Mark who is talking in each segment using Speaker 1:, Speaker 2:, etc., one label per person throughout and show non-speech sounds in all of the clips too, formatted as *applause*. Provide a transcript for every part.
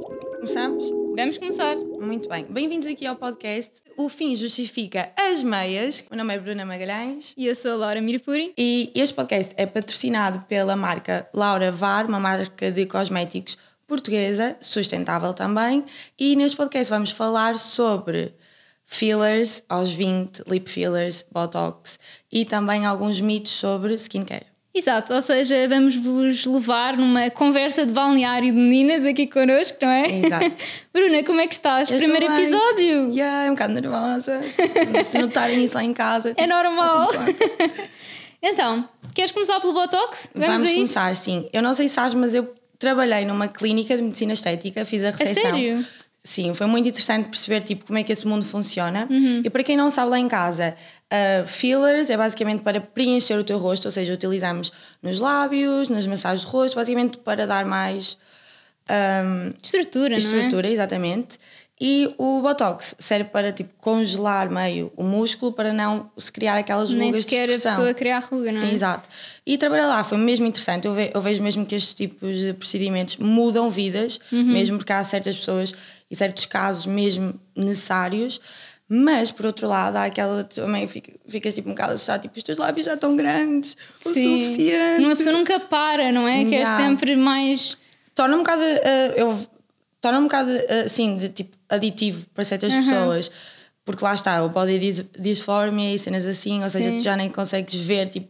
Speaker 1: Começamos?
Speaker 2: Vamos começar.
Speaker 1: Muito bem. Bem-vindos aqui ao podcast O Fim Justifica as Meias. O nome é Bruna Magalhães.
Speaker 2: E eu sou a Laura Mirpuri.
Speaker 1: E este podcast é patrocinado pela marca Laura Var, uma marca de cosméticos portuguesa, sustentável também. E neste podcast vamos falar sobre fillers aos 20, lip fillers, botox e também alguns mitos sobre skincare.
Speaker 2: Exato, ou seja, vamos vos levar numa conversa de balneário de meninas aqui connosco, não é?
Speaker 1: Exato.
Speaker 2: *laughs* Bruna, como é que estás?
Speaker 1: Eu estou
Speaker 2: Primeiro
Speaker 1: bem.
Speaker 2: episódio.
Speaker 1: Yeah, é um bocado nervosa. Se, se notarem isso lá em casa,
Speaker 2: É
Speaker 1: tipo,
Speaker 2: *laughs* normal.
Speaker 1: façam-me conta.
Speaker 2: Então, queres começar pelo Botox?
Speaker 1: Vamos,
Speaker 2: a isso?
Speaker 1: começar, sim. Eu não sei se sabes, mas eu trabalhei numa clínica de medicina estética, fiz a recepção.
Speaker 2: sério?
Speaker 1: Sim, foi muito interessante perceber tipo, como é que esse mundo funciona.
Speaker 2: Uhum.
Speaker 1: E para quem não sabe lá em casa, uh, fillers é basicamente para preencher o teu rosto, ou seja, utilizamos nos lábios, nas massagens do rosto, basicamente para dar mais um,
Speaker 2: Estrutura, não é?
Speaker 1: estrutura, exatamente. E o Botox serve para tipo, congelar meio o músculo para não se criar aquelas
Speaker 2: Nem
Speaker 1: rugas
Speaker 2: sequer
Speaker 1: de
Speaker 2: a
Speaker 1: expressão.
Speaker 2: pessoa cria ruga, não é?
Speaker 1: Exato. E trabalhar lá foi mesmo interessante. Eu, ve- eu vejo mesmo que estes tipos de procedimentos mudam vidas,
Speaker 2: Uhum.
Speaker 1: mesmo porque há certas pessoas e certos casos mesmo necessários. Mas, por outro lado, há aquela também fica- ficas tipo um bocado assustado, tipo, os teus lábios já estão grandes, o
Speaker 2: Sim. é
Speaker 1: suficiente.
Speaker 2: Uma pessoa nunca para, não é? Quer
Speaker 1: Yeah.
Speaker 2: sempre mais.
Speaker 1: torna um bocado eh, eu torna um bocado eh, assim de tipo aditivo para certas
Speaker 2: Uhum.
Speaker 1: pessoas porque lá está o body dis dysformia e cenas assim ou seja
Speaker 2: Sim.
Speaker 1: tu já nem consegues ver tipo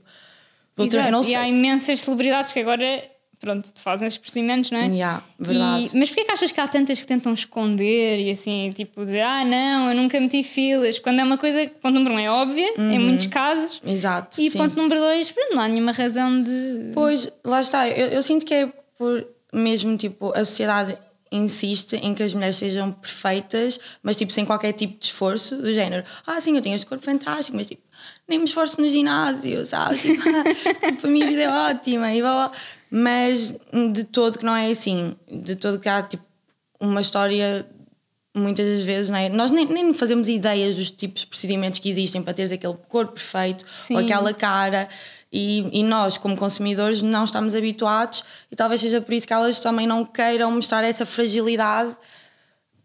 Speaker 1: de outra-
Speaker 2: Exato.
Speaker 1: eu não
Speaker 2: e
Speaker 1: sei
Speaker 2: há imensas celebridades que agora, pronto, te fazem esses procedimentos, não é?
Speaker 1: Hum, Yeah, verdade.
Speaker 2: E- mas porquê que achas que há tantas que tentam esconder e assim, tipo, dizer, ah, não, eu nunca meti filas? Quando é uma coisa, que, ponto número um, é óbvia, em muitos casos.
Speaker 1: exato
Speaker 2: E
Speaker 1: Uhum. sim.
Speaker 2: ponto número dois, pronto, não há nenhuma razão de.
Speaker 1: Pois, lá está. Eu, eu sinto que é por mesmo tipo a sociedade insiste em que as mulheres sejam perfeitas, mas tipo sem qualquer tipo de esforço do género. Ah, sim, eu tenho este corpo fantástico, mas tipo nem me esforço no ginásio, sabes? *laughs* Tipo, ah, tipo, a minha vida é ótima e blá blá. Mas de todo que não é assim, de todo que há tipo uma história muitas das vezes, não é? Nós nem, nem fazemos ideias dos tipos de procedimentos que existem para teres aquele corpo perfeito ou
Speaker 2: Sim.
Speaker 1: aquela cara. E, e nós, como consumidores, não estamos habituados, e talvez seja por isso que elas também não queiram mostrar essa fragilidade.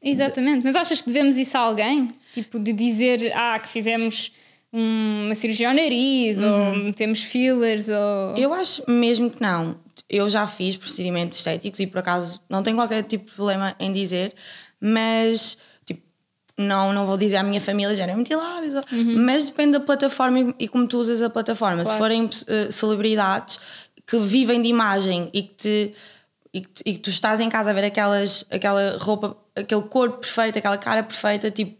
Speaker 2: Exatamente. Mas achas que devemos isso a alguém? Tipo, de dizer, ah, que fizemos um- uma cirurgia ao nariz, ou
Speaker 1: Uhum.
Speaker 2: metemos fillers, ou.
Speaker 1: Eu acho mesmo que não. Eu já fiz procedimentos estéticos e por acaso não tenho qualquer tipo de problema em dizer, mas tipo, não, não vou dizer à minha família já não meti lábios, ou- mas depende da plataforma e- e como tu usas a plataforma. Se
Speaker 2: Uhum. Claro.
Speaker 1: forem eh, celebridades que vivem de imagem e que te e que, te- e que tu estás em casa a ver aquelas, aquela roupa, aquele corpo perfeito, aquela cara perfeita, tipo,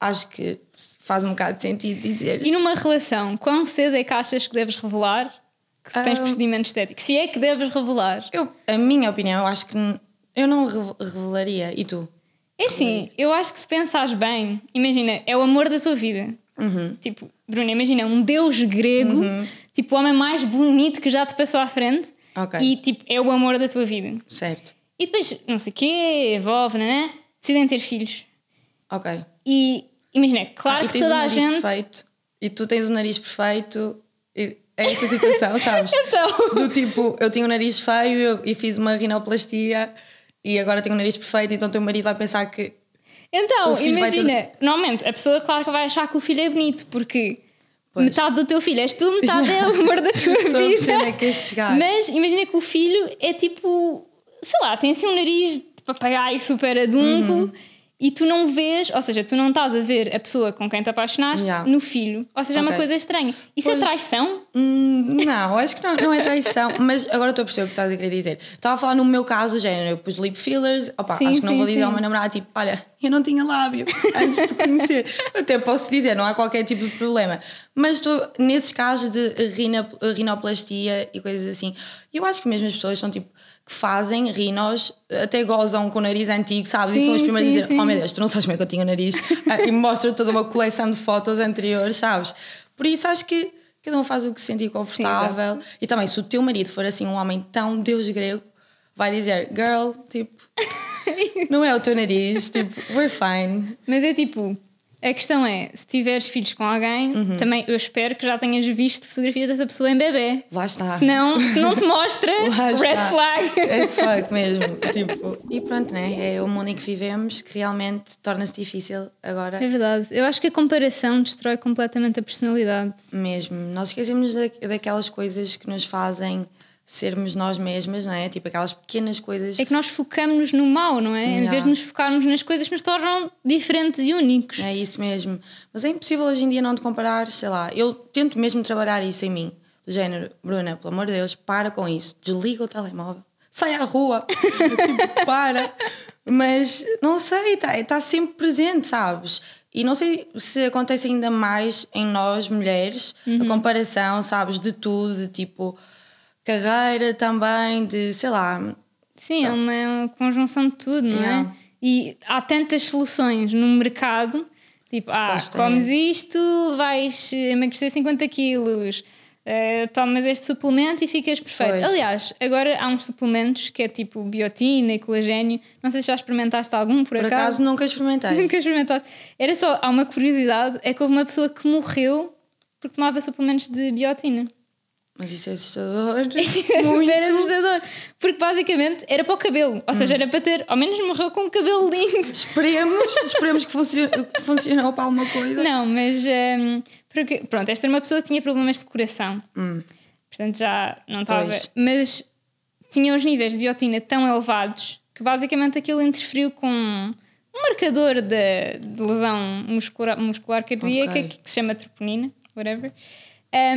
Speaker 1: acho que faz um bocado de sentido dizer
Speaker 2: E numa relação, quão cedo é que achas que deves revelar que tens
Speaker 1: Ah.
Speaker 2: procedimento estético? Se é que deves revelar?
Speaker 1: Eu, a minha opinião, eu acho que n- eu não rev- revelaria. E tu?
Speaker 2: É assim, eu acho que se pensares bem, imagina, é o amor da sua vida.
Speaker 1: Uhum.
Speaker 2: Tipo, Bruno, imagina um deus grego, tipo, o homem mais bonito que já te passou à frente.
Speaker 1: Ok.
Speaker 2: E tipo, é o amor da tua vida.
Speaker 1: Certo.
Speaker 2: E depois, não sei o quê, evolve, né? Decidem ter filhos.
Speaker 1: Ok.
Speaker 2: E imagina, é claro
Speaker 1: Ah, e
Speaker 2: que
Speaker 1: tens um o
Speaker 2: toda a
Speaker 1: nariz
Speaker 2: gente.
Speaker 1: perfeito. E tu tens o nariz perfeito. E é essa
Speaker 2: *laughs*
Speaker 1: situação, sabes?
Speaker 2: *laughs* Então.
Speaker 1: Do tipo, eu tinha o nariz feio eu- e fiz uma rinoplastia e agora tenho o nariz perfeito, então teu marido vai pensar
Speaker 2: *laughs*
Speaker 1: que. O
Speaker 2: Então,
Speaker 1: filho vai
Speaker 2: imagina, normalmente a pessoa, claro que vai achar que o filho é bonito, porque
Speaker 1: Pois.
Speaker 2: metade do teu filho és tu, metade é o
Speaker 1: *laughs*
Speaker 2: amor da
Speaker 1: Estou
Speaker 2: tua
Speaker 1: a perceber onde
Speaker 2: vida.
Speaker 1: é que é chegar.
Speaker 2: Mas imagina que o filho é tipo, sei lá, tem assim um nariz de papagaio super adunco
Speaker 1: Uhum.
Speaker 2: e tu não vês, ou seja, tu não estás a ver a pessoa com quem te apaixonaste
Speaker 1: Yeah.
Speaker 2: no filho. Ou seja, é uma
Speaker 1: Ok.
Speaker 2: coisa estranha. Isso é
Speaker 1: Pois.
Speaker 2: traição?
Speaker 1: Hum, não, acho que não, não é traição, mas agora estou a perceber o que estás a querer dizer. Estava a falar no meu caso, o género, eu pus lip fillers, opa,
Speaker 2: Sim,
Speaker 1: acho que não
Speaker 2: sim,
Speaker 1: vou dizer ao
Speaker 2: sim.
Speaker 1: meu namorado, tipo, olha, eu não tinha lábio antes de te conhecer. Até posso dizer, não há qualquer tipo de problema. Mas estou nesses casos de rina- rinoplastia e coisas assim, eu acho que mesmo as pessoas são tipo. Que fazem rinos, até gozam com o nariz antigo, sabes? e são
Speaker 2: Sim,
Speaker 1: os primeiros
Speaker 2: sim,
Speaker 1: a dizer:
Speaker 2: sim.
Speaker 1: Oh meu Deus, tu não sabes como é que eu tinha o nariz. Ah, e mostra toda uma coleção de fotos anteriores, sabes? Por isso acho que cada um faz o que se sentir confortável. e também, se o teu marido for assim um homem tão deus grego, vai dizer: Girl,
Speaker 2: *laughs*
Speaker 1: tipo, não é o teu nariz, tipo, we're fine.
Speaker 2: Mas é tipo, A questão é, se tiveres filhos com alguém,
Speaker 1: Uhum.
Speaker 2: também eu espero que já tenhas visto fotografias dessa pessoa em bebê.
Speaker 1: Lá está.
Speaker 2: Se não, se não te mostra,
Speaker 1: *laughs* Lá
Speaker 2: red
Speaker 1: está. É.
Speaker 2: flag.
Speaker 1: Esse fuck mesmo. tipo, e pronto, né? É o mundo em que vivemos que realmente torna-se difícil agora
Speaker 2: É verdade. Eu acho que a comparação destrói completamente a personalidade.
Speaker 1: mesmo. Nós esquecemos da, daquelas coisas que nos fazem sermos nós mesmas, não é? Tipo aquelas pequenas coisas.
Speaker 2: É que nós focamos no mal, não é? Em
Speaker 1: Yeah.
Speaker 2: vez de nos focarmos nas coisas que nos tornam diferentes e únicos.
Speaker 1: É isso mesmo. Mas é impossível hoje em dia não te comparar, sei lá. Eu tento mesmo trabalhar isso em mim. Do género, Bruna, pelo amor de Deus, para com isso. Desliga o telemóvel. Sai à rua. *laughs* tipo, para. Mas não sei, está tá sempre presente, sabes? E não sei se acontece ainda mais em nós, mulheres,
Speaker 2: Uhum.
Speaker 1: a comparação, sabes, de tudo, de tipo carreira também, de sei lá,
Speaker 2: Sim, é uma, é uma conjunção de tudo, não
Speaker 1: Tá. Yeah.
Speaker 2: é? E há tantas soluções no mercado. Tipo, ah,
Speaker 1: Supostamente.
Speaker 2: comes isto, vais emagrecer 50 quilos. eh, tomas este suplemento e ficas perfeito.
Speaker 1: Pois.
Speaker 2: Aliás, agora há uns suplementos que é tipo biotina e colagênio. Não sei se já experimentaste algum, por,
Speaker 1: por acaso
Speaker 2: *laughs*
Speaker 1: nunca experimentei.
Speaker 2: Nunca experimentaste. Era só, há uma curiosidade, é que houve uma pessoa que morreu porque tomava suplementos de biotina.
Speaker 1: Mas isso é assustador.
Speaker 2: *laughs* É super
Speaker 1: Muito.
Speaker 2: assustador. Porque basicamente era para o cabelo. Ou seja, era para ter, ao menos morreu com um cabelo lindo.
Speaker 1: Esperemos, esperemos que, funcione, que funcionou para alguma coisa.
Speaker 2: Não, mas hum, porque, pronto, esta era uma pessoa que tinha problemas de coração. Portanto, já não estava.
Speaker 1: Hum. Pois.
Speaker 2: Mas tinha os níveis de biotina tão elevados que basicamente aquilo interferiu com um marcador de, de lesão muscular, muscular cardíaca
Speaker 1: Ok.
Speaker 2: que, que se chama troponina, whatever.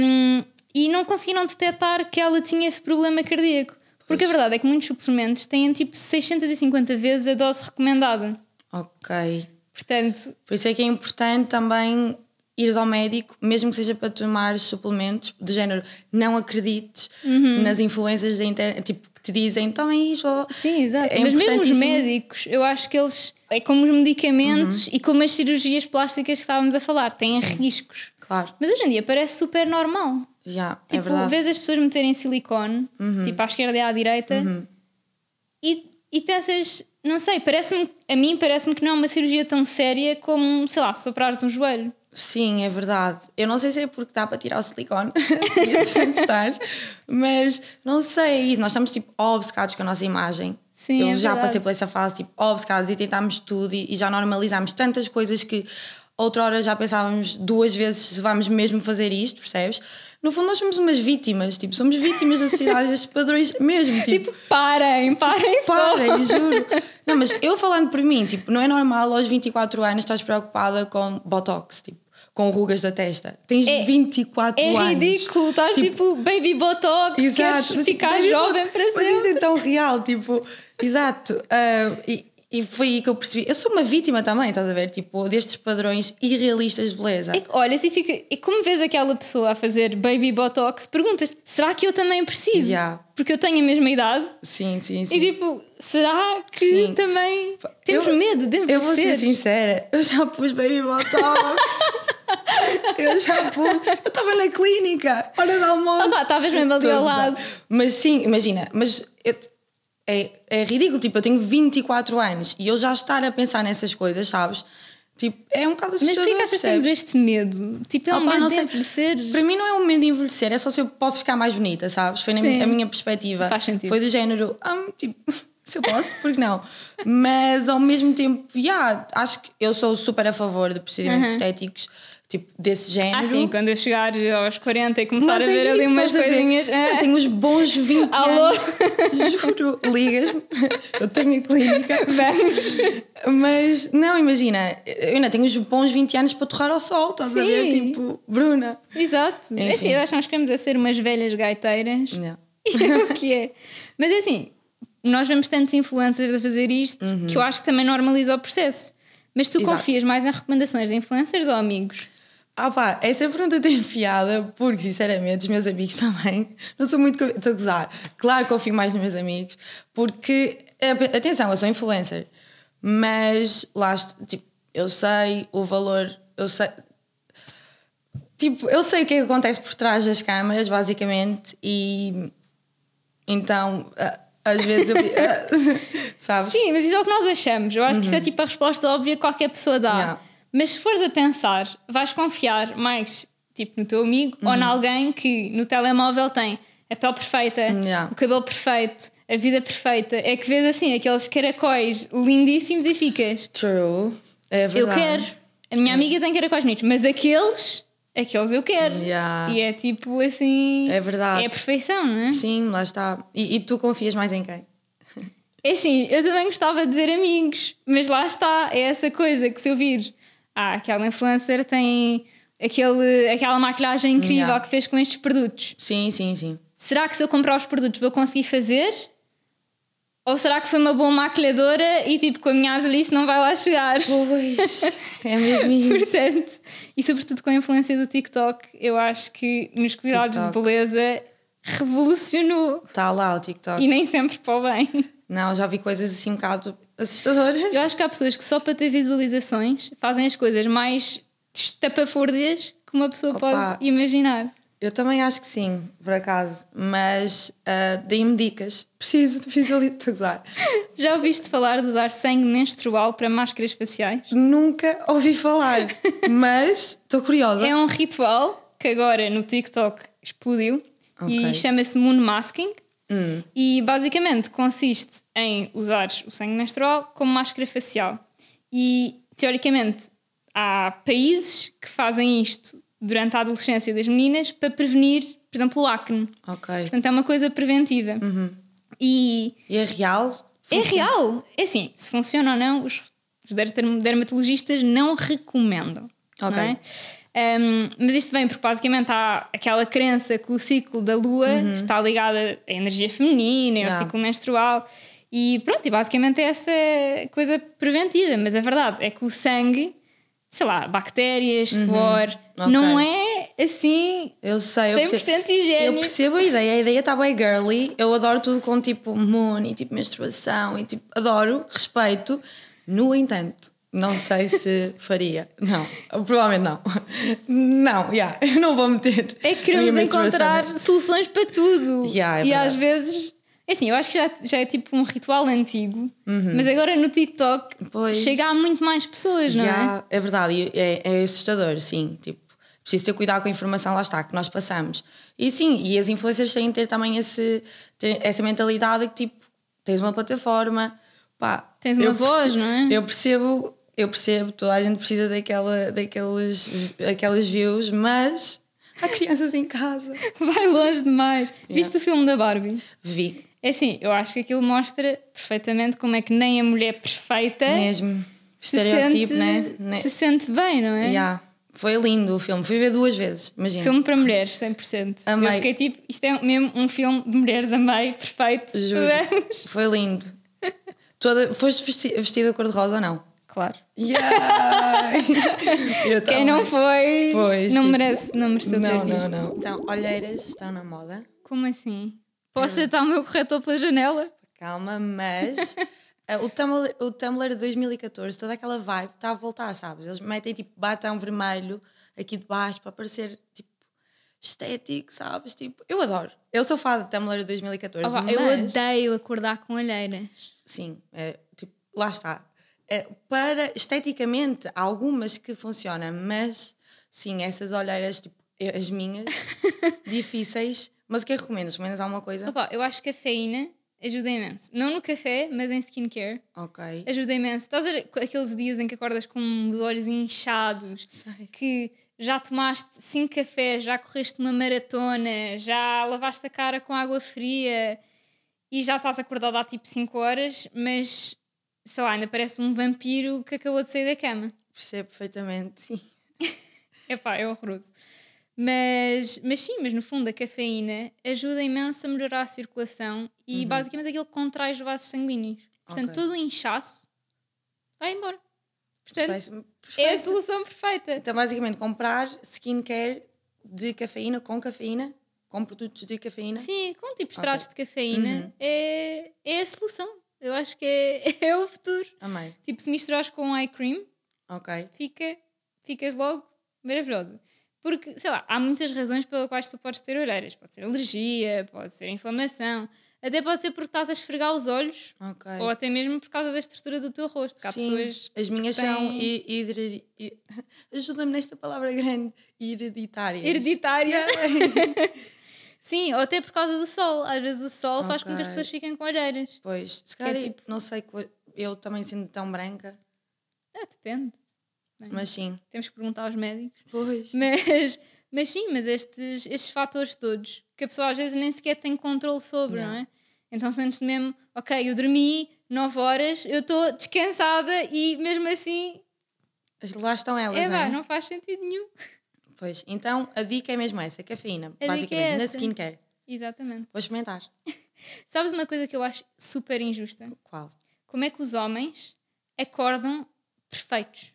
Speaker 2: Hum, e não conseguiram detectar que ela tinha esse problema cardíaco. Porque a verdade é que muitos suplementos têm tipo 650 vezes a dose recomendada.
Speaker 1: Ok.
Speaker 2: Portanto,
Speaker 1: Por isso é que é importante também ires ao médico, mesmo que seja para tomar suplementos do género não acredites
Speaker 2: Uhum.
Speaker 1: nas influências da internet, tipo, que te dizem tomem isto. ou-"
Speaker 2: Sim, exato.
Speaker 1: É
Speaker 2: Mas mesmo os
Speaker 1: importantíssimo.
Speaker 2: médicos, eu acho que eles, é como os
Speaker 1: Uhum.
Speaker 2: medicamentos e como as cirurgias plásticas que estávamos a falar, têm riscos.
Speaker 1: Claro,
Speaker 2: Mas hoje em dia parece super normal.
Speaker 1: já, é
Speaker 2: Tipo,
Speaker 1: verdade. Uhum.
Speaker 2: vês as pessoas meterem silicone, tipo à esquerda e à direita, e, e pensas, não sei, parece-me, a mim parece-me que não é uma cirurgia tão séria como, sei lá, se operares um joelho.
Speaker 1: Sim, é verdade. Eu não sei se é porque dá para tirar o silicone, *laughs* se é isso gostares, mas não sei, é isso. Nós estamos tipo obcecados com a nossa imagem.
Speaker 2: Sim,
Speaker 1: Eu
Speaker 2: é
Speaker 1: já
Speaker 2: verdade.
Speaker 1: passei por essa fase, tipo, obcecados e tentámos tudo e, e já normalizámos tantas coisas que outrora já pensávamos duas vezes se vamos mesmo fazer isto, percebes? No fundo, nós somos umas vítimas, tipo, somos vítimas da sociedade, destes padrões
Speaker 2: *laughs*
Speaker 1: mesmo, tipo,
Speaker 2: Tipo, parem, parem só.
Speaker 1: Parem, juro. Não, mas eu falando por mim, tipo, não é normal aos 24 anos estás preocupada com botox, tipo, com rugas da testa. Tens
Speaker 2: É-
Speaker 1: 24
Speaker 2: É
Speaker 1: anos.
Speaker 2: ridículo, estás tipo, baby botox, queres ficar
Speaker 1: Mas isso-
Speaker 2: jovem para
Speaker 1: Mas
Speaker 2: sempre.
Speaker 1: isto é tão real, tipo, exato. Ah, e, e foi aí que eu percebi. Eu sou uma vítima também, estás a ver? Tipo, destes padrões irrealistas de beleza.
Speaker 2: É que olhas e fica. E como vês aquela pessoa a fazer baby botox, perguntas: será que eu também preciso?
Speaker 1: Yeah.
Speaker 2: Porque eu tenho a mesma idade.
Speaker 1: Sim, sim, sim.
Speaker 2: E tipo, será que
Speaker 1: Sim.
Speaker 2: também temos
Speaker 1: Eu-
Speaker 2: medo de
Speaker 1: Eu vou ser
Speaker 2: envelhecer?
Speaker 1: sincera, eu já pus baby
Speaker 2: *laughs*
Speaker 1: botox. eu já pus. Eu estava na clínica, hora do almoço.
Speaker 2: Opa, Ah, estavas mesmo ali ao
Speaker 1: Todos
Speaker 2: lado.
Speaker 1: lá. Mas sim, imagina, mas eu- é, é ridículo. Tipo, eu tenho 24 anos e eu já estar a pensar nessas coisas, sabes? Tipo, é um bocado
Speaker 2: Mas
Speaker 1: assustador.
Speaker 2: porquê que achas que
Speaker 1: percebes?
Speaker 2: temos este medo? Tipo, é um
Speaker 1: Opa,
Speaker 2: medo
Speaker 1: não
Speaker 2: de
Speaker 1: sei.
Speaker 2: envelhecer.
Speaker 1: Para mim não é um medo de envelhecer, é só se eu posso ficar mais bonita, sabes? Foi na
Speaker 2: Sim.
Speaker 1: mi- a minha perspectiva.
Speaker 2: Faz sentido.
Speaker 1: Foi do género, hum, tipo, *laughs* se eu posso, porque não? Mas ao mesmo tempo, yeah, acho que eu sou super a favor de procedimentos
Speaker 2: Uhum.
Speaker 1: estéticos, tipo, desse género.
Speaker 2: Ah, sim, quando eu chegar aos 40 e começar
Speaker 1: Mas
Speaker 2: a ver
Speaker 1: é
Speaker 2: ali
Speaker 1: isto,
Speaker 2: umas
Speaker 1: estás a ver?
Speaker 2: coisinhas.
Speaker 1: *laughs*
Speaker 2: ah,
Speaker 1: Eu tenho uns bons 20
Speaker 2: Alô?
Speaker 1: anos. Juro, ligas-me. Eu tenho a clínica.
Speaker 2: Vamos.
Speaker 1: Mas não, imagina, eu ainda tenho uns bons 20 anos para torrar ao sol, estás a ver?
Speaker 2: Sim.
Speaker 1: Tipo, Bruna.
Speaker 2: Exato. É assim,
Speaker 1: Enfim.
Speaker 2: eu acho que nós queremos é ser umas velhas gaiteiras.
Speaker 1: Não.
Speaker 2: E é *laughs* o que é. Mas é assim, nós vemos tantos influencers a fazer isto que eu acho que também normaliza o processo. Mas tu
Speaker 1: Uhum. Exato.
Speaker 2: confias mais em recomendações de influencers ou amigos?
Speaker 1: Ah pá, essa pergunta *laughs* tem piada porque, sinceramente, os meus amigos também. Não sou muito. co- Estou a gozar. Claro que confio mais nos meus amigos, porque. eh, Atenção, eu sou influencer, mas lá. est- Tipo, eu sei o valor. Eu sei. Tipo, eu sei o que é que acontece por trás das câmaras, basicamente, e. Então, ah, às vezes eu.
Speaker 2: *laughs*
Speaker 1: ah, sabes? *laughs*
Speaker 2: Sim, mas isso é o que nós achamos. Eu acho que isso é tipo a resposta óbvia que qualquer pessoa dá.
Speaker 1: Uhum. Yeah.
Speaker 2: Mas se fores a pensar, vais confiar mais tipo no teu amigo
Speaker 1: Uhum.
Speaker 2: ou em alguém que no telemóvel tem a pele perfeita,
Speaker 1: Yeah.
Speaker 2: o cabelo perfeito, a vida perfeita. É que vês assim aqueles caracóis lindíssimos e ficas.
Speaker 1: True. É
Speaker 2: Eu
Speaker 1: verdade. É.
Speaker 2: quero. A minha amiga tem caracóis bonitos, mas aqueles, aqueles eu quero.
Speaker 1: Yeah.
Speaker 2: E é tipo assim.
Speaker 1: É verdade.
Speaker 2: É a perfeição, não é?
Speaker 1: Sim, lá está. E, e tu confias mais em quem?
Speaker 2: É assim, eu também gostava de dizer amigos, mas lá está, é essa coisa que se eu vir, ah, aquela influencer tem aquele, aquela maquilhagem incrível
Speaker 1: Yeah.
Speaker 2: que fez com estes produtos.
Speaker 1: Sim, sim, sim.
Speaker 2: Será que se eu comprar os produtos vou conseguir fazer? Ou será que foi uma boa maquilhadora e tipo com a minha azelice não vai lá chegar?
Speaker 1: Pois, *laughs* é
Speaker 2: *laughs*
Speaker 1: mesmo isso.
Speaker 2: Portanto, e sobretudo com a influência do TikTok, eu acho que nos cuidados de
Speaker 1: TikTok.
Speaker 2: beleza revolucionou
Speaker 1: Está Tá lá o TikTok.
Speaker 2: é e nem sempre para o bem.
Speaker 1: Não, já vi coisas assim um bocado assustadoras.
Speaker 2: Eu acho que há pessoas que só para ter visualizações fazem as coisas mais estapafúrdias que uma pessoa
Speaker 1: Opa.
Speaker 2: pode imaginar.
Speaker 1: Eu também acho que sim, por acaso. Mas ah, deem-me dicas. Preciso de visualizar. Estou a gozar.
Speaker 2: Já ouviste falar de usar sangue menstrual para máscaras faciais?
Speaker 1: Nunca ouvi
Speaker 2: *laughs*
Speaker 1: falar, mas estou curiosa.
Speaker 2: É um ritual que agora no TikTok explodiu
Speaker 1: Ok.
Speaker 2: e chama-se moon masking. E basicamente consiste em usar o sangue menstrual como máscara facial. E teoricamente há países que fazem isto durante a adolescência das meninas para prevenir, por exemplo, o acne.
Speaker 1: Ok.
Speaker 2: Portanto, é uma coisa preventiva. E
Speaker 1: E é real?
Speaker 2: é real. É assim, se funciona ou não, os os derm- dermatologistas não recomendam.
Speaker 1: Ok.
Speaker 2: não é? Ahm, mas isto vem porque basicamente há aquela crença que o ciclo da lua está ligado à energia feminina, e ao
Speaker 1: Uhum. Yeah.
Speaker 2: ciclo menstrual. E pronto, e basicamente é essa coisa preventiva. Mas a verdade é que o sangue, sei lá, bactérias, suor,
Speaker 1: Uhum. Ok.
Speaker 2: não é assim
Speaker 1: Eu sei, eu
Speaker 2: 100%
Speaker 1: percebo. Eu
Speaker 2: higiênico.
Speaker 1: percebo a ideia, a ideia está bem girly. Eu adoro tudo com tipo moon e tipo menstruação e tipo, adoro, respeito. No entanto, não sei
Speaker 2: *laughs*
Speaker 1: se faria. Não, provavelmente não. Não, yeah, *laughs* eu não vou meter.
Speaker 2: É que
Speaker 1: a minha
Speaker 2: queremos
Speaker 1: menstruação,
Speaker 2: encontrar
Speaker 1: né?
Speaker 2: soluções para tudo.
Speaker 1: *laughs* Yeah, é
Speaker 2: e
Speaker 1: verdade.
Speaker 2: às vezes. é Assim, eu acho que já, já é tipo um ritual antigo, mas agora no TikTok
Speaker 1: Uhum. Pois.
Speaker 2: chega a muito mais pessoas, não é?
Speaker 1: Yeah, é verdade, e é, é assustador, sim. Tipo, preciso ter cuidado com a informação lá está, que nós passamos. E sim, e as influencers têm de ter também esse, ter essa mentalidade que tipo, tens uma plataforma, pá,
Speaker 2: Tens uma
Speaker 1: eu
Speaker 2: voz,
Speaker 1: perce-
Speaker 2: não é?
Speaker 1: Eu percebo, eu percebo, toda a gente precisa daquela, daqueles, daquelas views, mas há crianças em casa.
Speaker 2: *laughs* Vai longe demais. Viste o filme da Barbie?
Speaker 1: Vi,
Speaker 2: É assim, eu acho que aquilo mostra perfeitamente como é que nem a mulher perfeita
Speaker 1: mesmo.
Speaker 2: É? se,
Speaker 1: é Estereotipo,
Speaker 2: sente,
Speaker 1: né? né?
Speaker 2: se sente bem, não é?
Speaker 1: Yeah. Foi lindo o filme, fui ver duas vezes, imagina.
Speaker 2: Filme para mulheres, 100%. Eu
Speaker 1: Amei.
Speaker 2: fiquei tipo, isto é mesmo um filme de mulheres a meio, perfeito.
Speaker 1: Juro.
Speaker 2: Vamos.
Speaker 1: Foi lindo. Toda, foste vesti- vestida cor-de-rosa ou não?
Speaker 2: *laughs* Claro.
Speaker 1: Yeah! Eu também.
Speaker 2: Quem não foi,
Speaker 1: Pois,
Speaker 2: não
Speaker 1: tipo,
Speaker 2: merece, não mereceu ter
Speaker 1: Não, não,
Speaker 2: visto.
Speaker 1: não. Então, olheiras estão na moda.
Speaker 2: Como assim? Posso atar o meu corretor pela janela?
Speaker 1: Calma, mas ah, o, Tumblr, o Tumblr de 2014, toda aquela vibe está a voltar, sabes? Eles metem tipo batom vermelho aqui de baixo para parecer tipo estético, sabes? Tipo, eu adoro. Eu sou fã do Tumblr de 2014.
Speaker 2: Opa,
Speaker 1: mas...
Speaker 2: Eu odeio acordar com olheiras.
Speaker 1: Sim, é, tipo, lá está. É, para esteticamente, há algumas que funcionam, mas sim, essas olheiras, tipo, eu- as
Speaker 2: *laughs*
Speaker 1: minhas, difíceis. Mas o que é que recomendas? Recomendas alguma coisa?
Speaker 2: Opa, eu acho que a cafeína ajuda imenso. Não no café, mas em skincare.
Speaker 1: Ok.
Speaker 2: Ajuda imenso. Estás a ver aqueles dias em que acordas com os olhos inchados,
Speaker 1: Sei.
Speaker 2: que já tomaste cinco cafés, já correste uma maratona, já lavaste a cara com água fria e já estás acordado há tipo 5 horas, mas sei lá, ainda parece um vampiro que acabou de sair da cama.
Speaker 1: Percebo perfeitamente, sim.
Speaker 2: Epá, é horroroso. Mas, mas sim, mas no fundo a cafeína ajuda imenso a melhorar a circulação e basicamente aquilo que contrai os vasos sanguíneos. Portanto,
Speaker 1: Ok.
Speaker 2: todo o inchaço vai embora. Portanto,
Speaker 1: Parece-me
Speaker 2: é a
Speaker 1: perfeito.
Speaker 2: solução perfeita.
Speaker 1: Então, basicamente, comprar skincare de cafeína com cafeína, com produtos de cafeína.
Speaker 2: Sim, com tipo
Speaker 1: Ok.
Speaker 2: extratos de cafeína
Speaker 1: Uhum.
Speaker 2: é, é a solução. Eu acho que é, *laughs* é o futuro.
Speaker 1: Amei.
Speaker 2: Tipo, se misturares com eye cream,
Speaker 1: Ok.
Speaker 2: fica, ficas logo maravilhosa. Porque, sei lá, há muitas razões pelas quais tu podes ter orelhas. Pode ser alergia, pode ser inflamação, Até pode ser porque estás a esfregar os olhos
Speaker 1: Ok.
Speaker 2: ou até mesmo por causa da estrutura do teu rosto. Que há
Speaker 1: Sim,
Speaker 2: pessoas.
Speaker 1: as minhas
Speaker 2: que têm-
Speaker 1: são i- hidre- i- *laughs* ajuda-me nesta palavra grande hereditárias
Speaker 2: Hereditárias.
Speaker 1: *laughs*
Speaker 2: Sim, ou até por causa do sol. Às vezes o sol faz com que
Speaker 1: Ok.
Speaker 2: as pessoas fiquem com olheiras.
Speaker 1: pois se
Speaker 2: Que é
Speaker 1: calhar
Speaker 2: tipo-
Speaker 1: não sei co- eu também sendo tão branca
Speaker 2: Ah, depende.
Speaker 1: mas sim
Speaker 2: Temos que perguntar aos médicos.
Speaker 1: pois
Speaker 2: Mas, mas sim, mas estes, estes fatores todos que a pessoa às vezes nem sequer tem controle sobre, não,
Speaker 1: Não.
Speaker 2: é? Então sentes mesmo, ok, eu dormi 9 horas, eu estou descansada e mesmo assim,
Speaker 1: As- lá estão elas
Speaker 2: é
Speaker 1: não
Speaker 2: vá,
Speaker 1: é?
Speaker 2: não faz sentido nenhum.
Speaker 1: pois então a dica é mesmo essa cafeína
Speaker 2: é
Speaker 1: basicamente na
Speaker 2: essa.
Speaker 1: skincare
Speaker 2: Exatamente.
Speaker 1: vou experimentar
Speaker 2: Sabes uma coisa que eu acho super injusta?
Speaker 1: qual
Speaker 2: Como é que os homens acordam perfeitos?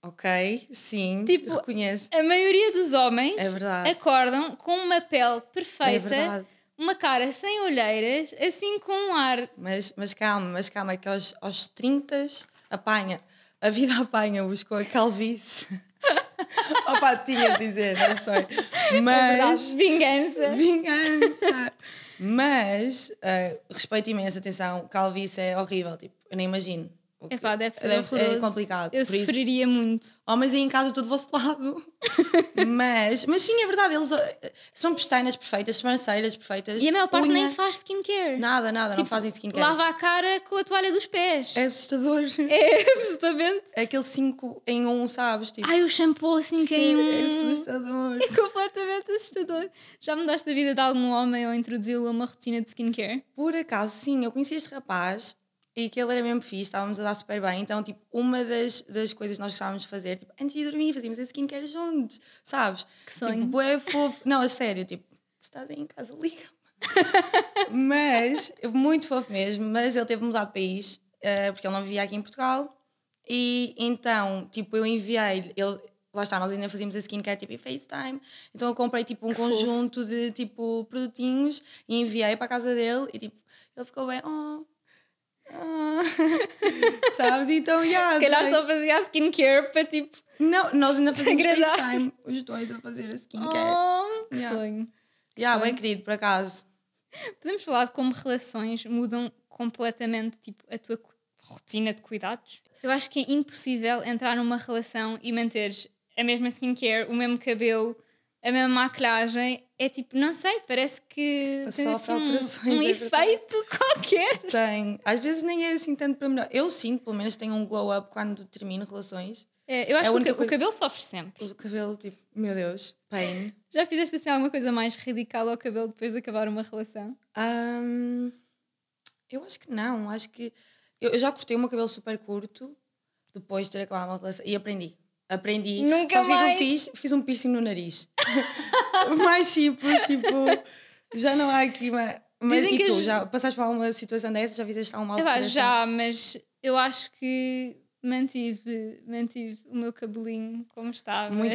Speaker 1: ok sim
Speaker 2: Tipo,
Speaker 1: reconheço
Speaker 2: A maioria dos homens
Speaker 1: É verdade.
Speaker 2: acordam com uma pele
Speaker 1: é
Speaker 2: perfeita,
Speaker 1: verdade
Speaker 2: uma cara sem olheiras, assim com um ar
Speaker 1: Mas, mas calma, mas calma, é que aos, aos 30 apanha, a vida *laughs* apanha-os com a calvície. *laughs* Opa, tinha de dizer, não sei. Mas.
Speaker 2: de vingança.
Speaker 1: vingança! Mas, ah, respeito imenso, atenção, calvície é horrível, tipo, eu nem imagino. o que-
Speaker 2: É pá, deve ser
Speaker 1: É
Speaker 2: horroroso.
Speaker 1: complicado.
Speaker 2: Eu
Speaker 1: por isso,
Speaker 2: sofreria muito.
Speaker 1: Homens aí em casa, estou do vosso
Speaker 2: *laughs*
Speaker 1: lado. mas, mas sim, é verdade, eles ah, são pestanas perfeitas, sobrancelhas perfeitas.
Speaker 2: E a maior parte
Speaker 1: unha-
Speaker 2: nem faz skincare.
Speaker 1: Nada, nada, não
Speaker 2: Tipo,
Speaker 1: fazem skincare.
Speaker 2: Lava a cara com a toalha dos pés. *laughs*
Speaker 1: É assustador.
Speaker 2: É, absolutamente.
Speaker 1: É aquele 5 em 1, um, sabes? Tipo,
Speaker 2: Ai, o shampoo assim que em
Speaker 1: É
Speaker 2: um...
Speaker 1: assustador.
Speaker 2: É completamente assustador. Já mudaste a vida de algum homem ou introduzi-lo a uma rotina de skincare?
Speaker 1: Por acaso, sim, eu conheci este rapaz e que ele era mesmo fixe, estávamos a dar super bem. Então, tipo, uma das, das coisas que nós gostávamos de fazer, tipo, antes de dormir, fazíamos esse skincare juntos, sabes?
Speaker 2: Que sonho.
Speaker 1: Tipo, é fofo. Não, a sério, tipo, se estás aí em casa, liga-me.
Speaker 2: *laughs*
Speaker 1: mas, muito fofo mesmo, mas ele teve de mudar de país, eh, porque ele não vivia aqui em Portugal. E então, tipo, eu enviei-lhe, ele, lá está, nós ainda fazíamos a skincare tipo em FaceTime, então eu comprei tipo um
Speaker 2: fofo.
Speaker 1: conjunto de tipo produtinhos e enviei para a casa dele e tipo, ele ficou bem, oh,
Speaker 2: *laughs*
Speaker 1: oh. sabes? Então, yeah,
Speaker 2: Se calhar
Speaker 1: adorei.
Speaker 2: só fazia a skincare para tipo...
Speaker 1: Não, nós
Speaker 2: *laughs*
Speaker 1: ainda fazíamos
Speaker 2: Agradar.
Speaker 1: FaceTime, os dois a fazer a skincare.
Speaker 2: Oh, que
Speaker 1: Yeah.
Speaker 2: sonho.
Speaker 1: yeah, bem querido, por acaso.
Speaker 2: Podemos falar de como relações mudam completamente tipo, a tua cu- rotina de cuidados? Eu acho que é impossível entrar numa relação e manteres a mesma skincare, o mesmo cabelo, a mesma maquilhagem. É tipo, não sei, parece que
Speaker 1: Sofre
Speaker 2: tem assim,
Speaker 1: alterações,
Speaker 2: um, um
Speaker 1: é verdade.
Speaker 2: efeito qualquer.
Speaker 1: Tem, às vezes nem é assim tanto para melhor. Eu sinto, pelo menos, tenho um glow up quando termino relações.
Speaker 2: É, eu
Speaker 1: a
Speaker 2: acho que o,
Speaker 1: única
Speaker 2: ca- o
Speaker 1: coisa-
Speaker 2: cabelo sofre sempre.
Speaker 1: O cabelo, tipo, meu Deus, pain.
Speaker 2: Já fizeste assim alguma coisa mais radical ao cabelo depois de acabar uma relação?
Speaker 1: Ahm, eu acho que não, acho que. Eu, eu já cortei o meu cabelo super curto depois de ter acabado uma relação e aprendi. Aprendi.
Speaker 2: Nunca
Speaker 1: Sabes o que é
Speaker 2: mais.
Speaker 1: que eu fiz? Fiz um piercing no nariz. *laughs* mais simples, tipo, já não há aqui uma. Mas,
Speaker 2: Dizem
Speaker 1: e
Speaker 2: que
Speaker 1: tu,
Speaker 2: as-
Speaker 1: já passaste por alguma situação dessa? Já fizeste alguma
Speaker 2: É pá,
Speaker 1: alteração?
Speaker 2: já, mas eu acho que mantive, mantive o meu cabelinho como estava.
Speaker 1: Muito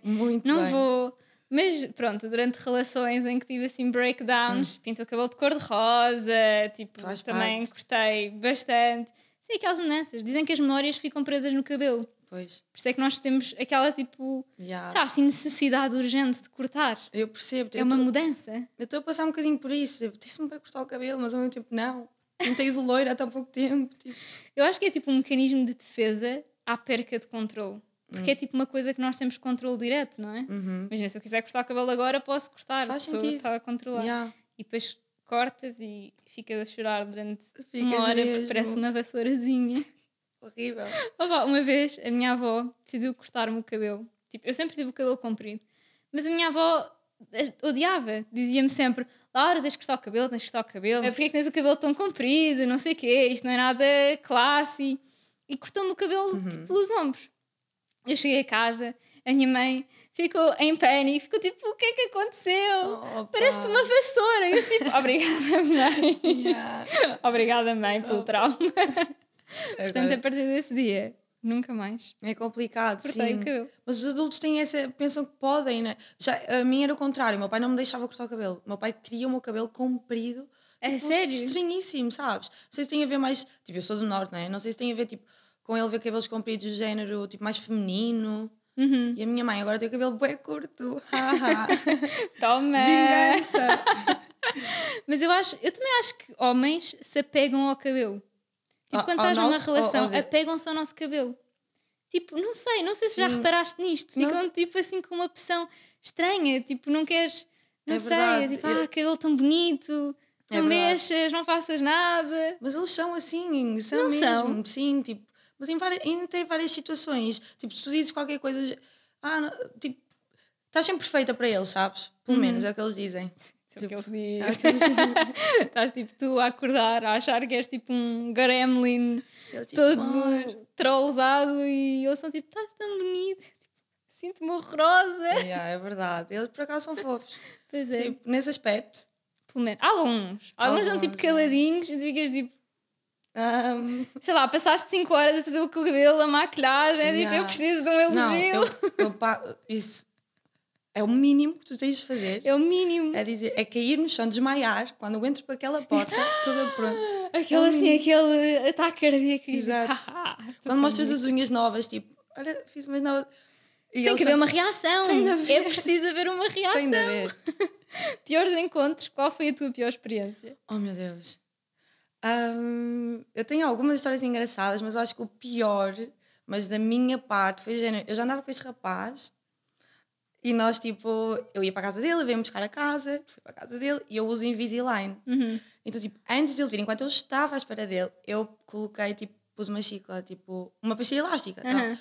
Speaker 1: bem, muito
Speaker 2: Não
Speaker 1: bem.
Speaker 2: vou. Mas pronto, durante relações em que tive assim breakdowns, pinto o cabelo de cor-de-rosa, tipo,
Speaker 1: Hum. Faz
Speaker 2: também cortei bastante. Sim, aquelas mudanças. Dizem que as memórias ficam presas no cabelo.
Speaker 1: Pois,
Speaker 2: Por isso é que nós temos aquela tipo,
Speaker 1: já.
Speaker 2: sei lá, assim, necessidade urgente de cortar.
Speaker 1: Eu percebo.
Speaker 2: É
Speaker 1: eu
Speaker 2: uma
Speaker 1: tô-
Speaker 2: mudança.
Speaker 1: Eu estou a passar um bocadinho por isso. Tipo, Tem-se-me para cortar o cabelo, mas ao mesmo tempo não. Não tenho de loira há tão pouco tempo. Tipo.
Speaker 2: Eu acho que é tipo um mecanismo de defesa à perca de controle. Porque
Speaker 1: Hum.
Speaker 2: é tipo uma coisa que nós temos controle direto, não é? Imagina, se eu quiser cortar o cabelo agora, posso cortar.
Speaker 1: Faz
Speaker 2: estou-
Speaker 1: sentido.
Speaker 2: Estava a controlar.
Speaker 1: Já.
Speaker 2: E depois cortas e ficas a chorar durante
Speaker 1: Ficas
Speaker 2: uma hora porque
Speaker 1: mesmo.
Speaker 2: parece uma
Speaker 1: *laughs*
Speaker 2: vassourazinha. *laughs*
Speaker 1: Horrível.
Speaker 2: Opa, uma vez a minha avó decidiu cortar-me o cabelo. Tipo, eu sempre tive o cabelo comprido. Mas a minha avó eh, odiava. Dizia-me sempre: Laura, tens de cortar o cabelo, tens de cortar o cabelo. Eh, Porquê é que tens o cabelo tão comprido? Não sei o quê, isto não é nada classe. E cortou-me o cabelo
Speaker 1: Uhum.
Speaker 2: tipo, pelos ombros. Eu cheguei a casa, a minha mãe ficou em pânico, ficou tipo: O que é que aconteceu?
Speaker 1: Oh,
Speaker 2: Parece-te
Speaker 1: pá.
Speaker 2: uma vassoura. Eu tipo: *laughs* Obrigada, mãe.
Speaker 1: Yeah.
Speaker 2: Obrigada, mãe,
Speaker 1: Ah,
Speaker 2: pelo trauma. Portanto, é a
Speaker 1: Agora,
Speaker 2: partir desse dia, nunca mais
Speaker 1: é complicado,
Speaker 2: cortei
Speaker 1: sim.
Speaker 2: o cabelo.
Speaker 1: Mas os adultos têm essa, pensam que podem, né? Já, a mim era o contrário, meu pai não me deixava cortar o cabelo. Meu pai queria o meu cabelo comprido.
Speaker 2: É
Speaker 1: tipo,
Speaker 2: sério?
Speaker 1: Estranhíssimo, sabes? Não sei se tem a ver mais. Tipo, eu sou do norte, não é? Não sei se tem a ver, tipo, com ele ver cabelos compridos do género, tipo, mais feminino.
Speaker 2: Uhum.
Speaker 1: E a
Speaker 2: *laughs*
Speaker 1: *laughs* minha mãe agora tem o cabelo bem curto. Haha.
Speaker 2: Toma!
Speaker 1: Vingança!
Speaker 2: Mas eu acho, eu também acho que homens se apegam ao cabelo. Tipo,
Speaker 1: Ao-
Speaker 2: quando
Speaker 1: ao
Speaker 2: estás numa
Speaker 1: nosso- ao-
Speaker 2: relação,
Speaker 1: ao-
Speaker 2: apegam-se ao nosso cabelo. Tipo, não sei, não sei se já
Speaker 1: Sim.
Speaker 2: reparaste nisto.
Speaker 1: Não
Speaker 2: Ficam tipo assim com uma opção estranha. Tipo, não queres, não
Speaker 1: É
Speaker 2: sei,
Speaker 1: verdade,
Speaker 2: é tipo,
Speaker 1: eu-
Speaker 2: ah, cabelo tão bonito,
Speaker 1: É
Speaker 2: não
Speaker 1: verdade.
Speaker 2: mexas, não faças nada.
Speaker 1: Mas eles são assim, são
Speaker 2: Não
Speaker 1: mesmo,
Speaker 2: são.
Speaker 1: sim, tipo. Mas em várias, em tem várias situações. Tipo, se tu dizes qualquer coisa, ah, não, tipo, estás sempre perfeita para eles, sabes? Pelo
Speaker 2: Uhum.
Speaker 1: menos é o que eles dizem.
Speaker 2: Isso é o que eles
Speaker 1: É
Speaker 2: dizem.
Speaker 1: o que eles dizem.
Speaker 2: *laughs* Estás tipo tu a acordar, a achar que és tipo um gremlin
Speaker 1: Eles, tipo,
Speaker 2: todo
Speaker 1: "Ah,
Speaker 2: trollzado e eles são tipo, estás tão bonito, Tipo, sinto-me horrorosa.
Speaker 1: yeah, é verdade. Eles por acaso são fofos.
Speaker 2: Pois é,
Speaker 1: Tipo, nesse aspecto.
Speaker 2: pelo menos. Alguns. Alguns, são tipo
Speaker 1: Alguns, é.
Speaker 2: caladinhos e tu ficas tipo,
Speaker 1: ahm,
Speaker 2: sei lá, passaste 5 horas a fazer o cabelo, a maquilhagem, é tipo,
Speaker 1: Yeah.
Speaker 2: eu preciso de um elogio.
Speaker 1: não, eu, eu pa- isso é o mínimo que tu tens de fazer.
Speaker 2: É o mínimo.
Speaker 1: É dizer, é cair no chão, desmaiar, quando eu entro para aquela porta, toda
Speaker 2: *laughs*
Speaker 1: pronta.
Speaker 2: Aquele
Speaker 1: é o
Speaker 2: assim, aquele ataque cardíaco. e
Speaker 1: Exato.
Speaker 2: tipo, "Ah, ah, tô
Speaker 1: Quando
Speaker 2: tão
Speaker 1: mostras
Speaker 2: bonita."
Speaker 1: as unhas novas, tipo, olha, fiz umas novas. E
Speaker 2: Tem
Speaker 1: eles
Speaker 2: que haver uma reação.
Speaker 1: Tem de haver.
Speaker 2: É preciso haver uma
Speaker 1: são- Tem de
Speaker 2: reação.
Speaker 1: haver.
Speaker 2: Piores encontros, qual foi a tua pior experiência?
Speaker 1: Oh meu Deus. Ahm, eu tenho algumas histórias engraçadas, mas eu acho que o pior, mas da minha parte, foi género. Eu já andava com este rapaz e nós, tipo, eu ia para a casa dele, veio-me buscar a casa, fui para a casa dele e eu uso Invisalign. Então, tipo, antes de ele vir, enquanto eu estava à espera dele, eu coloquei, tipo, pus uma chicla, tipo, uma pastilha elástica. tá?
Speaker 2: Aham.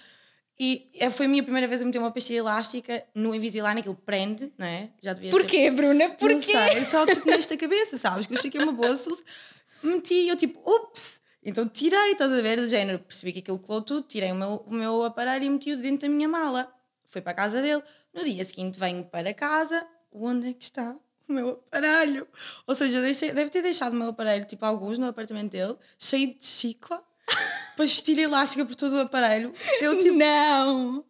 Speaker 1: E eh, foi a minha primeira vez a meter uma pastilha elástica no Invisalign, aquilo prende, não é? Já devia ter-
Speaker 2: Porquê, Bruna?
Speaker 1: não
Speaker 2: Porquê?
Speaker 1: sei, só tipo nesta cabeça, sabes? Que eu achei que é uma boa solução. Meti e eu tipo, ups! Então tirei, estás a ver, do género. Percebi que aquilo colou tudo, tirei o meu, o meu aparelho e meti-o dentro da minha mala. Fui para a casa dele. No dia seguinte venho para casa. Onde é que está o meu aparelho? Ou seja, eu deixei- deve ter deixado o meu aparelho, tipo alguns, no apartamento dele, cheio de chicla, pastilha elástica por todo o aparelho. Eu tipo, "Hum, Ah.
Speaker 2: Não!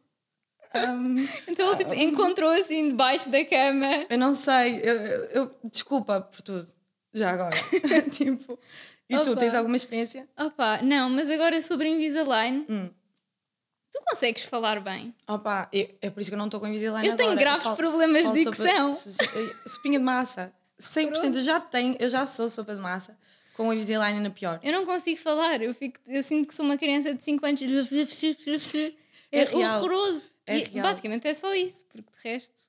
Speaker 1: "Ahm,
Speaker 2: Então ele tipo, encontrou assim debaixo da cama.
Speaker 1: Eu não sei, eu, eu- eu- desculpa por tudo, já
Speaker 2: *laughs*
Speaker 1: agora. *laughs* tipo, e tu
Speaker 2: Opa.
Speaker 1: tens alguma experiência?
Speaker 2: Opa, não, mas agora sobre Invisalign.
Speaker 1: Hum.
Speaker 2: Tu consegues falar bem?
Speaker 1: Opa, eu- é por isso que eu não estou com Invisalign
Speaker 2: Eu tenho
Speaker 1: agora.
Speaker 2: graves problemas de
Speaker 1: sobre
Speaker 2: dicção.
Speaker 1: su- su- Sopinha de massa, 100%, eu já tenho, eu já sou sopa de massa, com o Invisalign na pior.
Speaker 2: Eu não consigo falar. Eu, fico, eu sinto que sou uma criança de 5 anos. É,
Speaker 1: É real.
Speaker 2: horroroso.
Speaker 1: É
Speaker 2: E,
Speaker 1: real.
Speaker 2: basicamente é só isso, porque de resto,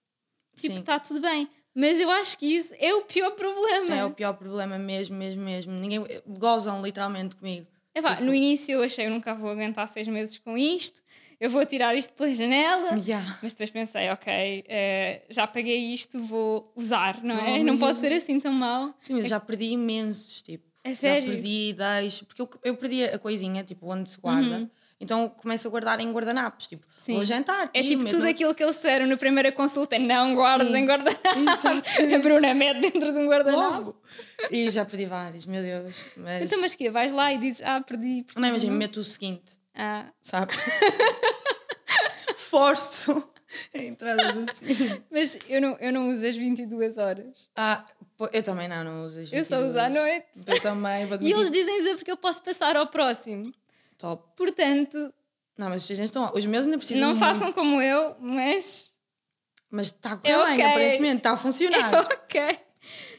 Speaker 2: tipo,
Speaker 1: Sim.
Speaker 2: está tudo bem. Mas eu acho que isso é o pior problema.
Speaker 1: É o pior problema mesmo, mesmo, mesmo. Ninguém eh, gozam literalmente
Speaker 2: *laughs*
Speaker 1: comigo.
Speaker 2: Epá, no início eu achei eu nunca vou aguentar seis meses com isto, eu vou tirar isto pela janela.
Speaker 1: Yeah.
Speaker 2: Mas depois pensei, ok, eh, já paguei isto, vou usar, não é?
Speaker 1: Não,
Speaker 2: Não
Speaker 1: mas-
Speaker 2: pode ser assim tão mal.
Speaker 1: Sim, mas já perdi imensos, tipo.
Speaker 2: É
Speaker 1: Já
Speaker 2: sério?
Speaker 1: perdi, deixo. Porque eu, eu perdi a coisinha, tipo, onde se guarda. Então começo a guardar em guardanapos, tipo,
Speaker 2: Uhum. Sim.
Speaker 1: vou jantar.
Speaker 2: É
Speaker 1: tiro,
Speaker 2: tipo
Speaker 1: meto um
Speaker 2: tudo
Speaker 1: no-
Speaker 2: *laughs* aquilo que eles disseram na primeira consulta: é não guardes
Speaker 1: Sim.
Speaker 2: em guardanapo.
Speaker 1: Exatamente.
Speaker 2: A *laughs* Bruna mete dentro de um É guardanapo.
Speaker 1: Logo. E já perdi vários, meu Deus. Mas,
Speaker 2: Então, mas quê? Vais lá e dizes: ah, perdi.
Speaker 1: não imagina,
Speaker 2: preciso de um."
Speaker 1: meto o seguinte,
Speaker 2: Ah,
Speaker 1: sabes? *laughs* Forço a entrada do seguinte.
Speaker 2: Mas eu não, eu não uso as 22 horas.
Speaker 1: Ah, pô, eu também não, não uso. as
Speaker 2: Eu só uso à
Speaker 1: 22.
Speaker 2: noite.
Speaker 1: Eu também, vou
Speaker 2: E
Speaker 1: admitir.
Speaker 2: eles dizem isso porque eu posso passar ao próximo.
Speaker 1: Top.
Speaker 2: Portanto,
Speaker 1: Não, mas vocês estão. Os meus ainda precisam.
Speaker 2: não
Speaker 1: muito.
Speaker 2: façam como eu, mas *laughs*
Speaker 1: Mas está a correr
Speaker 2: É
Speaker 1: bem,
Speaker 2: ok. É
Speaker 1: aparentemente, está a funcionar.
Speaker 2: ok.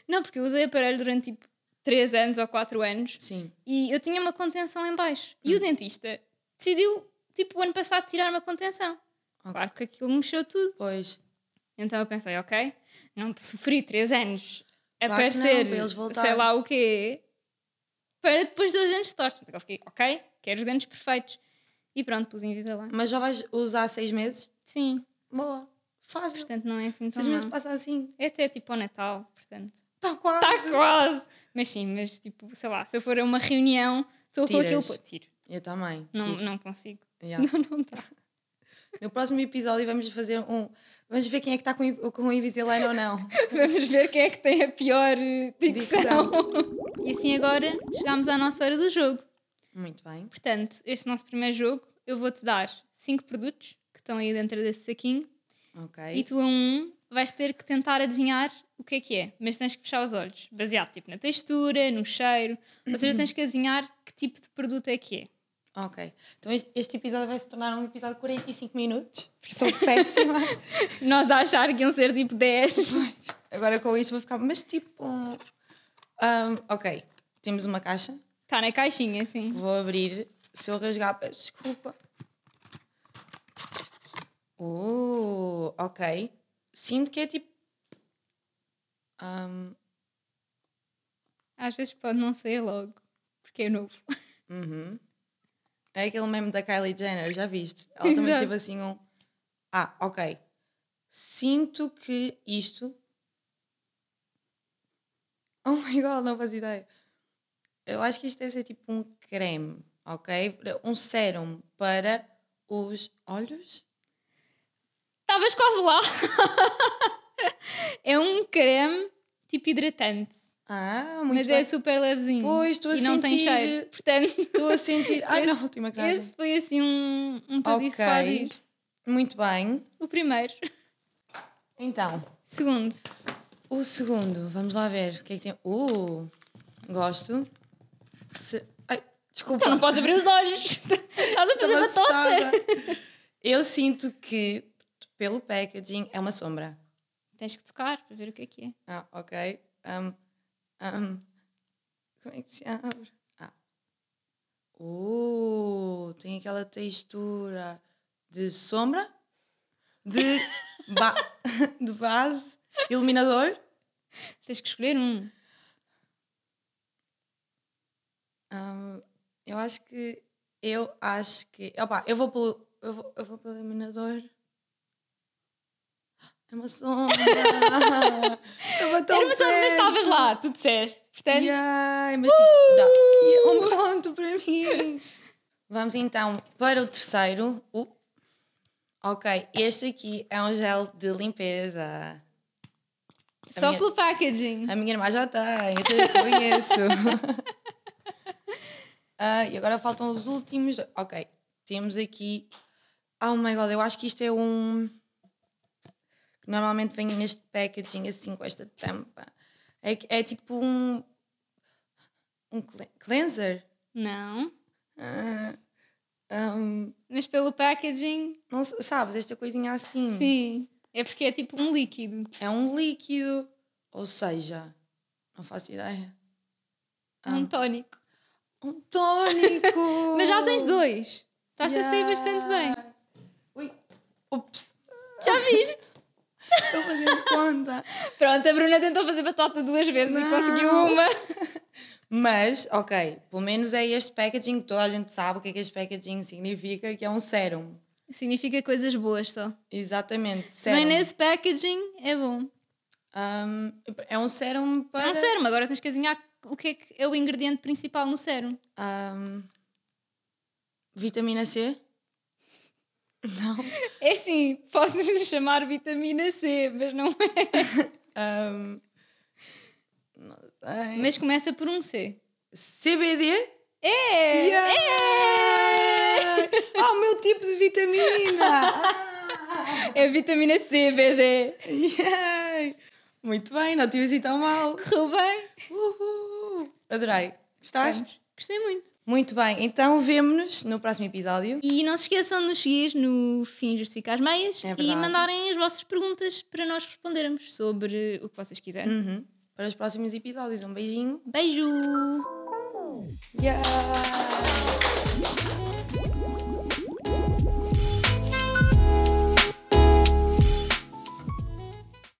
Speaker 2: Não, porque eu usei aparelho durante tipo 3 anos ou 4 anos
Speaker 1: Sim.
Speaker 2: e eu tinha uma contenção em baixo. E o dentista decidiu, tipo, o ano passado tirar-me a contenção.
Speaker 1: Ok.
Speaker 2: Claro que aquilo mexeu tudo.
Speaker 1: Pois.
Speaker 2: Então eu pensei, ok, não sofri 3 anos a
Speaker 1: Claro que não,
Speaker 2: parecer,
Speaker 1: para eles voltarem.
Speaker 2: sei lá o quê, para depois ter os dentes tortos. Então eu fiquei, ok, quero os dentes perfeitos. E pronto, pus em vida lá.
Speaker 1: Mas já vais usar seis meses?
Speaker 2: Sim,
Speaker 1: Boa. Fácil.
Speaker 2: portanto não é assim tão
Speaker 1: seis meses
Speaker 2: mal.
Speaker 1: passa assim.
Speaker 2: É até tipo ao Natal, portanto.
Speaker 1: Está
Speaker 2: *laughs*
Speaker 1: quase.
Speaker 2: Está quase! Mas sim, mas tipo, sei lá, se eu for a uma reunião, estou com
Speaker 1: Tiras.
Speaker 2: aquilo. Pô, tiro.
Speaker 1: Eu também.
Speaker 2: Não,
Speaker 1: sim.
Speaker 2: não consigo.
Speaker 1: Yeah.
Speaker 2: Senão *laughs* não dá.
Speaker 1: No próximo episódio vamos fazer um. Vamos ver quem é que está com, o- com o Invisalign ou
Speaker 2: *laughs*
Speaker 1: não.
Speaker 2: Vamos ver quem é que tem a pior eh, dicção.
Speaker 1: Dicção.
Speaker 2: *laughs* e assim agora chegámos à nossa hora do jogo.
Speaker 1: Muito bem.
Speaker 2: Portanto, este nosso primeiro jogo, eu vou-te dar cinco produtos que estão aí dentro desse saquinho
Speaker 1: Ok.
Speaker 2: e tu a um vais ter que tentar adivinhar o que é que é, mas tens que fechar os olhos, baseado tipo na textura, no cheiro, ou seja, tens que adivinhar que tipo de produto é que é.
Speaker 1: Ok. Então este, este episódio vai se tornar um episódio de 45 minutos. Porque sou péssima.
Speaker 2: Nós a achar que iam ser tipo 10.
Speaker 1: *laughs* Agora com isto vou ficar. Mas tipo. um, ok. Temos uma caixa.
Speaker 2: Está Tá na caixinha, assim.
Speaker 1: Vou abrir. Se eu rasgar, peço desculpa. Uh, ok. Sinto que é tipo. um,
Speaker 2: Às vezes pode tipo, não sair logo, porque é novo. *laughs*
Speaker 1: uhum. É aquele meme da Kylie Jenner, já viste? Ela também
Speaker 2: Exato.
Speaker 1: teve assim um. Ah, ok. Sinto que isto. Oh my god, não faço ideia. Eu acho que isto deve ser tipo um creme, ok? Um sérum para os olhos?
Speaker 2: Estavas quase lá. *laughs* é um creme tipo hidratante,
Speaker 1: Ah, muito
Speaker 2: mas
Speaker 1: bem.
Speaker 2: é super levezinho.
Speaker 1: Pois, estou a
Speaker 2: E não tem
Speaker 1: sentir-
Speaker 2: cheiro. Portanto,
Speaker 1: Estou a sentir.
Speaker 2: *laughs*
Speaker 1: Ai
Speaker 2: Esse-
Speaker 1: não, tinha uma cara.
Speaker 2: esse foi assim um, um para
Speaker 1: Ok.
Speaker 2: dissuadir.
Speaker 1: Muito bem.
Speaker 2: O primeiro.
Speaker 1: Então,
Speaker 2: Segundo,
Speaker 1: O segundo, vamos lá ver. O que é que tem? Uh, gosto. Se... Ai, desculpa.
Speaker 2: então não podes abrir os olhos. *laughs* Estás a fazer
Speaker 1: Estou-me
Speaker 2: batota. *laughs*
Speaker 1: assustada. Eu sinto que, pelo packaging, é uma sombra.
Speaker 2: Tens que tocar para ver o que é que é.
Speaker 1: Ah, ok. Um, um, como é que se abre? Ah. Uh, tem aquela textura de sombra,
Speaker 2: *laughs*
Speaker 1: de, ba de base, iluminador.
Speaker 2: Tens que escolher um.
Speaker 1: Então, Hum, eu acho que. Eu acho que. Opa, eu vou pelo. Eu vou, eu vou pelo eliminador. É uma
Speaker 2: *laughs*
Speaker 1: sombra! Estava tão
Speaker 2: Era uma sombra, mas
Speaker 1: perto.
Speaker 2: estavas lá, tu disseste. Portanto,
Speaker 1: Yay, mas tipo, dá. Yeah, um ponto para mim! Vamos então para o terceiro. Uh. Ok, este aqui é um gel de limpeza.
Speaker 2: só
Speaker 1: minha-
Speaker 2: pelo packaging.
Speaker 1: A minha irmã já tem, eu te
Speaker 2: *laughs*
Speaker 1: conheço. Ah, e agora faltam os últimos. dois. Ok, temos aqui. Oh my god, eu acho que isto é um. que Normalmente vem neste packaging assim com esta tampa. É, que- é tipo um. um cle- cleanser.
Speaker 2: Não.
Speaker 1: Ah, ahm,
Speaker 2: Mas pelo packaging,
Speaker 1: não se- sabes, esta coisinha assim.
Speaker 2: sim. É porque é tipo um líquido.
Speaker 1: É um líquido. Ou seja, não faço ideia.
Speaker 2: É um tónico.
Speaker 1: Um tónico!
Speaker 2: *laughs* Mas já tens dois. Estás a sair bastante bem.
Speaker 1: Ui, ups,
Speaker 2: Já viste?
Speaker 1: estou fazendo conta.
Speaker 2: *laughs* Pronto, a Bruna tentou fazer batota duas vezes e
Speaker 1: Não.
Speaker 2: conseguiu uma.
Speaker 1: Mas, ok, pelo menos é este packaging que toda a gente sabe o que é que este packaging significa, que é um sérum.
Speaker 2: Significa coisas boas só.
Speaker 1: Exatamente,
Speaker 2: Se vem
Speaker 1: sérum.
Speaker 2: é nesse packaging, é bom.
Speaker 1: Ahm, é um sérum para...
Speaker 2: É um sérum. Agora tens que adivinhar o que é que é o ingrediente principal no sérum.
Speaker 1: Ahm, vitamina C? Não.
Speaker 2: É assim, podes me chamar vitamina C, mas não é.
Speaker 1: Ahm, não sei.
Speaker 2: Mas começa por um C.
Speaker 1: CBD?
Speaker 2: É!
Speaker 1: Yeah! Ah, o meu tipo de vitamina!
Speaker 2: É vitamina C, BD.
Speaker 1: Yay! Muito bem, não tive assim tão mal.
Speaker 2: Correu bem?
Speaker 1: Uhul! Adorei. Gostaste?
Speaker 2: Pronto. Gostei muito.
Speaker 1: Muito bem, então vemo-nos no próximo episódio.
Speaker 2: E não se esqueçam de nos seguir no Fim Justifica as Meias
Speaker 1: É
Speaker 2: e
Speaker 1: verdade.
Speaker 2: mandarem as vossas perguntas para nós respondermos sobre o que vocês quiserem.
Speaker 1: Uhum. Para os próximos episódios, um beijinho.
Speaker 2: Beijo!
Speaker 1: Yay!